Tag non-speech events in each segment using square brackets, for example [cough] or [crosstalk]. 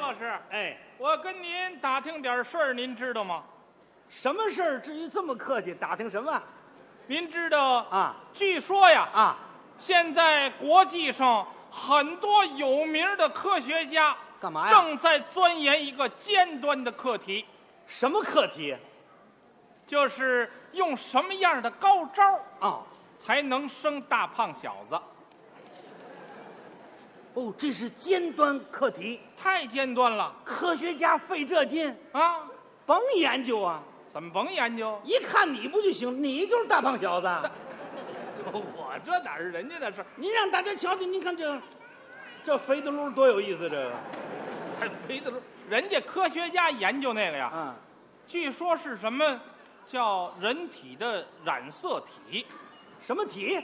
老师，哎，我跟您打听点事儿，您知道吗？什么事儿至于这么客气？打听什么您知道啊？据说呀，啊，现在国际上很多有名的科学家干嘛呀正在钻研一个尖端的课题，什么课题？就是用什么样的高招哦，才能生大胖小子？哦，这是尖端课题，太尖端了科学家费这劲，啊！甭研究啊！怎么甭研究？一看你不就行？你就是大胖小子， [laughs] 我这哪是人家的事儿，您让大家瞧瞧，您看这，这肥的撸多有意思，这个，还肥的路。人家科学家研究那个呀，嗯，据说是什么叫人体的染色体，什么体？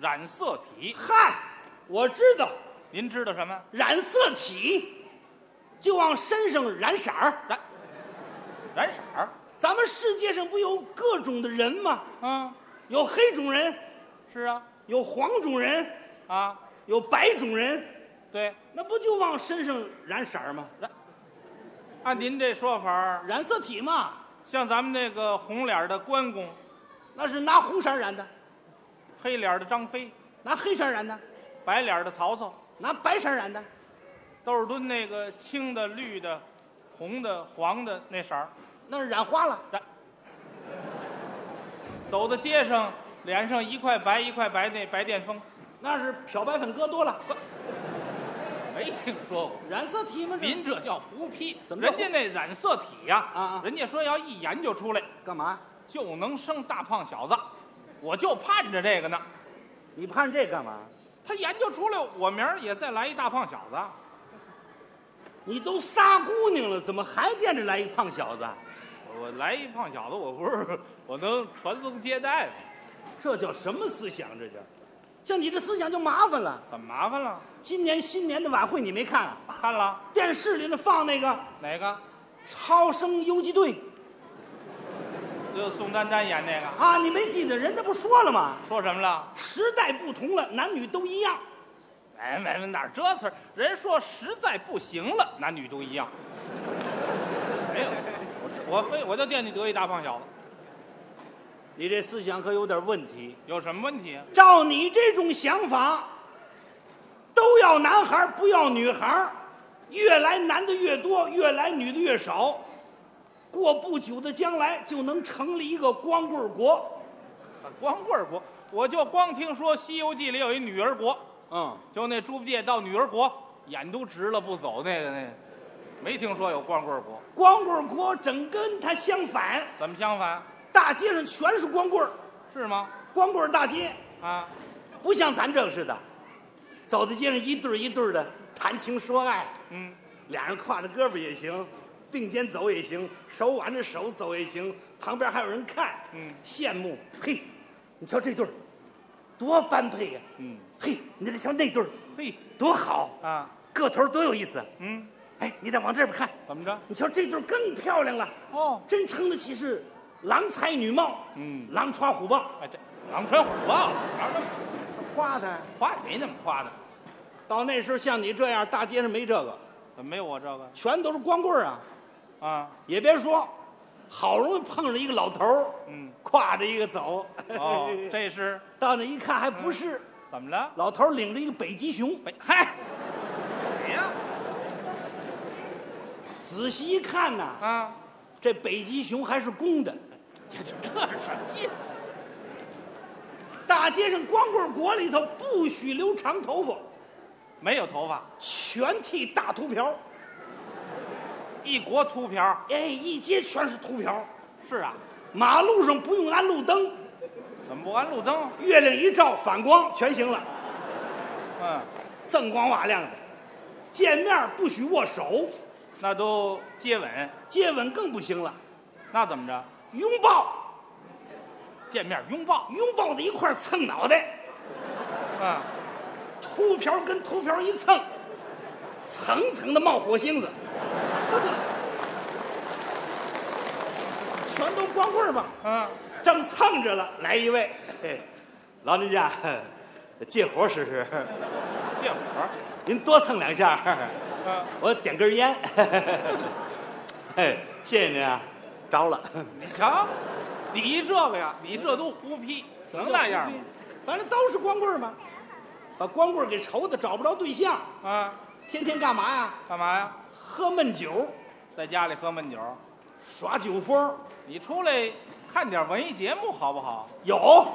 染色体，嗨，我知道，您知道什么？染色体，就往身上染色儿。染染色儿咱们世界上不有各种的人吗？啊，有黑种人，是啊，有黄种人，啊，有白种人，对，那不就往身上染色儿吗？按您这说法儿，染色体嘛，像咱们那个红脸儿的关公，那是拿红色儿染的，黑脸儿的张飞，拿黑色儿染的，白脸儿的曹操，拿白色儿染的，窦士敦那个青的、绿的、红的、黄的那色儿，那是染花了。走到街上，脸上一块白一块白那白癜风，那是漂白粉搁多了，没听说过。染色体嘛，这您这叫胡批，怎么叫人家那染色体呀、啊啊人家说要一研究出来干嘛？就能生大胖小子，我就盼着这个呢。你盼这干嘛？他研究出来，我明儿也再来一大胖小子。你都仨姑娘了，怎么还惦着来一胖小子？我我来一胖小子，我不是我能传宗接代吗？这叫什么思想？这叫，像你的思想就麻烦了。怎么麻烦了？今年新年的晚会你没看啊？看了电视里那放那个哪个？超生游击队就宋丹丹演那个，啊，你没记得？人家不说了吗？说什么了？时代不同了，男女都一样。哎，没没哪儿这词儿？人说实在不行了，男女都一样。 [laughs] 没有，我这我非我就惦记得一大胖小子，你这思想可有点问题。有什么问题啊？照你这种想法，都要男孩儿不要女孩儿，越来男的越多，越来女的越少。过不久的将来就能成立一个光棍国。呃光棍儿国，我就光听说《西游记》里有一女儿国，嗯，就那猪八戒到女儿国，眼都直了不走那个那个，没听说有光棍儿国，光棍国整跟它相反，怎么相反？大街上全是光棍儿，是吗？光棍儿大街。啊，不像咱这个似的，走在街上一对儿一对儿的谈情说爱，嗯，俩人挎着胳膊也行，并肩走也行，手挽着手走也行，旁边还有人看，嗯羡慕。嘿，你瞧这对儿，多般配呀、嗯，嘿，你再瞧那对儿，嘿，多好，啊，个头多有意思。嗯，哎，你再往这边看，怎么着？你瞧这对儿更漂亮了，哦，真称得起是郎才女貌。嗯狼穿虎豹，哎，这狼穿虎豹，哪儿那么夸他。夸也没那么夸的，到那时候像你这样，大街上没这个。怎么没有我这个？全都是光棍儿啊！啊，也别说，好容易碰上一个老头儿，嗯，挎着一个走。哦，嗯这是到那一看还不是，怎么了？老头儿领着一个北极熊，北嗨，谁呀？仔细一看呐、啊，这北极熊还是公的。这就这是什么意思？大街上光棍国里头不许留长头发，没有头发，全剃大秃瓢。一国秃瓢。哎，一街全是秃瓢，是啊，马路上不用安路灯，怎么不安路灯？月亮一照反光全行了，嗯，锃光瓦亮的。见面儿不许握手，那都接吻，接吻更不行了。那怎么着？拥抱，见面拥抱，拥抱在一块儿蹭脑袋，嗯，秃瓢跟秃瓢一蹭，层层的冒火星子，全都光棍儿吧？嗯，正蹭着了，来一位，嘿，老人家，借火使使，借火，您多蹭两下，嗯，嗯我点根烟。哎，谢谢您啊，着了。你瞧，你这个呀，你这都胡批，能那样吗？反正都是光棍儿嘛，把光棍儿给愁的找不着对象，啊，天天干嘛呀？干嘛呀？喝闷酒，在家里喝闷酒，耍酒疯儿，你出来看点文艺节目好不好？有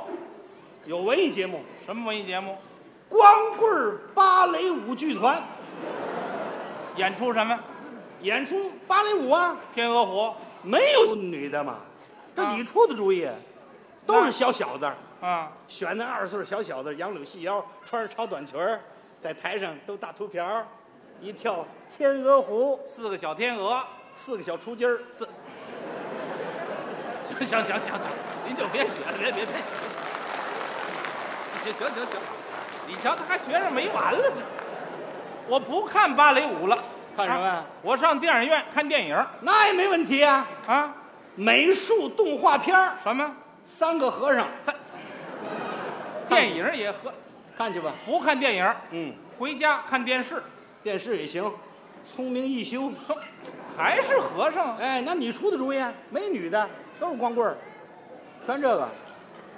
有文艺节目，什么文艺节目？光棍儿芭蕾舞剧团演出什么？演出芭蕾舞啊，天鹅湖没有女的嘛，这啊你出的主意，都是小小子儿，啊，选那二十岁小小子，杨柳细腰，穿着超短裙儿，在台上都大秃瓢儿，一跳天鹅湖，四个小天鹅，四个小雏鸡儿，四。行行行行，您就别学了，别别别学了。行行行行，你瞧他还学着没完了这。我不看芭蕾舞了，看什么呀啊我上电影院看电影那也没问题啊。啊。美术动画片儿什么？三个和尚，三？电影也和看去吧。不看电影，嗯，回家看电视，电视也行，聪明一休。哼还是和尚啊？哎，那你出的主意，没女的，都是光棍儿，全这个，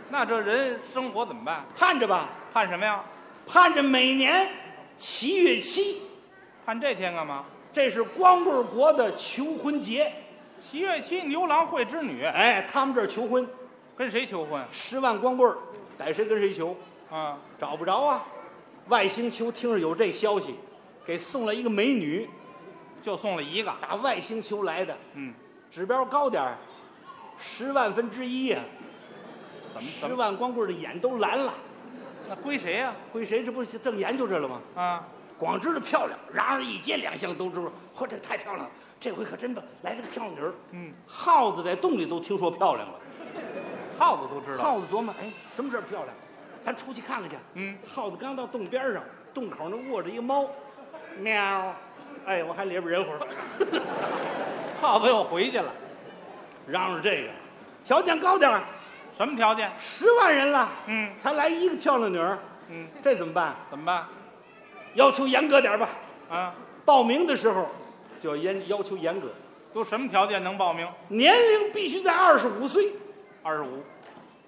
那这人生活怎么办？盼着吧，盼什么呀？盼着每年七月七，盼这天干嘛？这是光棍国的求婚节。七月七牛郎会织女，哎，他们这儿求婚，跟谁求婚十万光棍儿，逮谁跟谁求，啊？找不着啊。外星球听着有这消息，给送来一个美女，就送了一个，打外星球来的，嗯，指标高点儿，十万分之一呀、怎么怎么？十万光棍的眼都蓝了，那归谁呀、归谁？这不是正研究着了吗？啊？光知道漂亮，然而一接两项都知道，嚯，这太漂亮了！这回可真的来了个漂亮女儿。嗯，耗子在洞里都听说漂亮了，嗯耗子都知道，耗子琢磨，哎，什么时候漂亮？咱出去看看去。嗯，耗子刚到洞边上，洞口那卧着一个猫，喵，哎，我还里边人活儿，耗子又回去了。嚷嚷这个，条件高点儿，什么条件？十万人了，嗯才来一个漂亮女儿，嗯，这怎么办？怎么办？要求严格点儿吧。啊，报名的时候就要严要求严格，都什么条件能报名？年龄必须在二十五岁，二十五。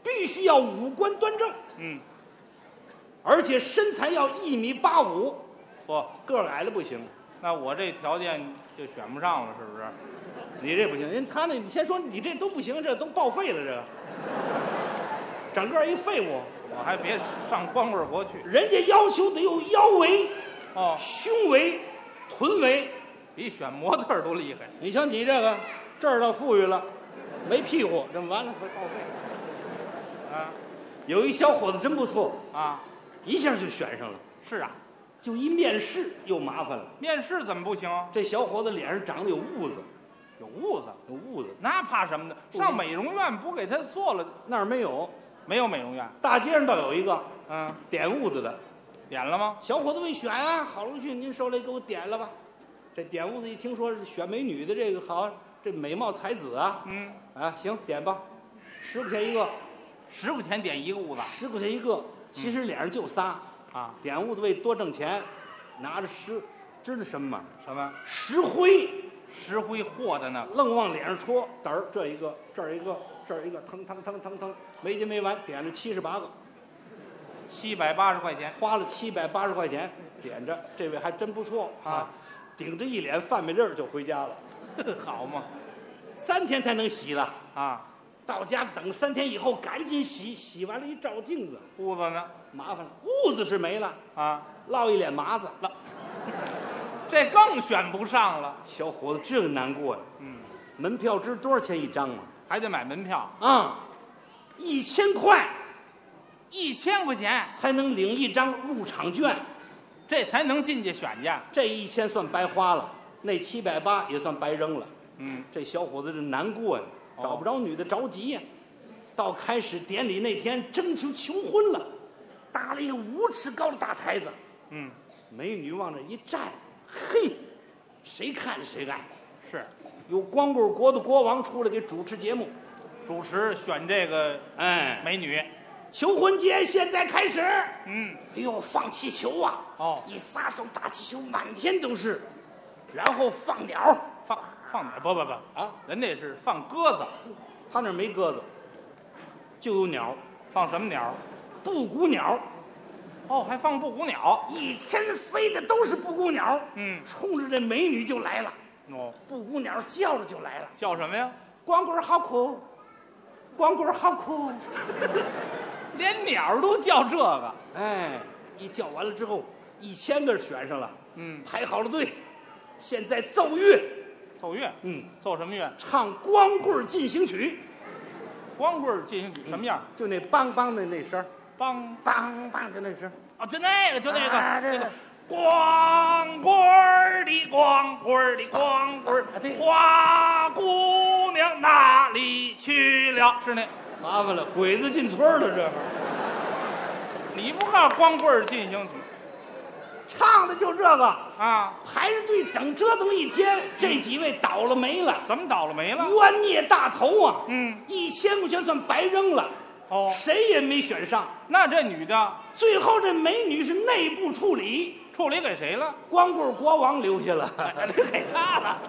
必须要五官端正，嗯，而且身材要一米八五，不，个儿矮了不行。那我这条件就选不上了，是不是？你这不行，人他那你先说你这都不行，这都报废了，这个整个一废物。我还别上光棍国去。人家要求得有腰围、哦，胸围、臀围，比选模特儿都厉害。你瞧你这个这儿倒富裕了，没屁股，这么完了会报废。啊有一小伙子真不错，啊，一下就选上了。是啊，就一面试又麻烦了。面试怎么不行？这小伙子脸上长得有痦子，有痦子，有痦子，那怕什么呢？上美容院不给他做了？那儿没有，没有美容院。大街上倒有一个嗯，点痦子的点了吗？小伙子问选啊，郝荣旭，您受累给我点了吧。这点痦子一听说是选美女的这个好，这美貌才子啊，嗯，啊行点吧，十块钱一个，十块钱点一个痦子十块钱一个，其实脸上就仨，啊？点痦子为多挣钱，拿着石，知道什么吗？什么？石灰。石灰和的那个？愣往脸上戳，嘚儿这一个，这儿一个，这儿一个，腾腾腾腾腾，没完没完，点了七十八个，七百八十块钱。 [laughs] 花了七百八十块钱，点着，这位还真不错啊啊，顶着一脸饭米粒儿就回家了，好嘛，三天才能洗了，啊，到家等三天以后赶紧洗，洗完了，一照镜子，痦子呢？麻烦了，痦子是没了，啊，落一脸麻子，这更选不上了，小伙子这个难过呀，嗯，门票知多少钱一张吗？还得买门票，啊，一千块一千块钱，才能领一张入场券。这才能进去选去。这一千算白花了，那七百八也算白扔了。嗯，这小伙子这难过呀、哦找不着女的着急呀、到开始典礼那天，征求求婚了，搭了一个五尺高的大台子，嗯，美女往那一站，嘿，谁看谁爱。是，有光棍国的国王出来给主持节目，主持选这个哎，美女，求婚节现在开始。嗯，哎呦，放气球啊！哦一撒手打气球，满天都是。然后放鸟，放放哪儿？不不不啊，人那是放鸽子，他那儿没鸽子，就有鸟。放什么鸟？布谷鸟，哦，还放布谷鸟。一天飞的都是布谷鸟，嗯，冲着这美女就来了，哦，布谷鸟叫着就来了，叫什么呀？光棍儿好苦，光棍儿好苦。连鸟都叫这个。哎，一叫完了之后，一千个选上了，嗯，排好了队，现在奏乐，奏乐，嗯，奏什么乐？唱《光棍进行曲光棍儿进行曲什么样？》，就那梆梆的那声儿，梆梆梆的那声儿，啊，就那个，就那啊个，对那对个光棍儿的光棍儿的光棍啊对儿，花姑娘哪里去了？是那，麻烦了，鬼子进村儿了，这你不告诉光棍儿进行曲唱的就这个，啊？排着队整折腾一嗯天，这几位倒了霉了，怎么倒了霉了？冤孽大头啊！嗯，一千块钱算白扔了，哦，谁也没选上。那这女的最后这美女是内部处理，处理给谁了？ [laughs] 光棍国王留下了。给他了。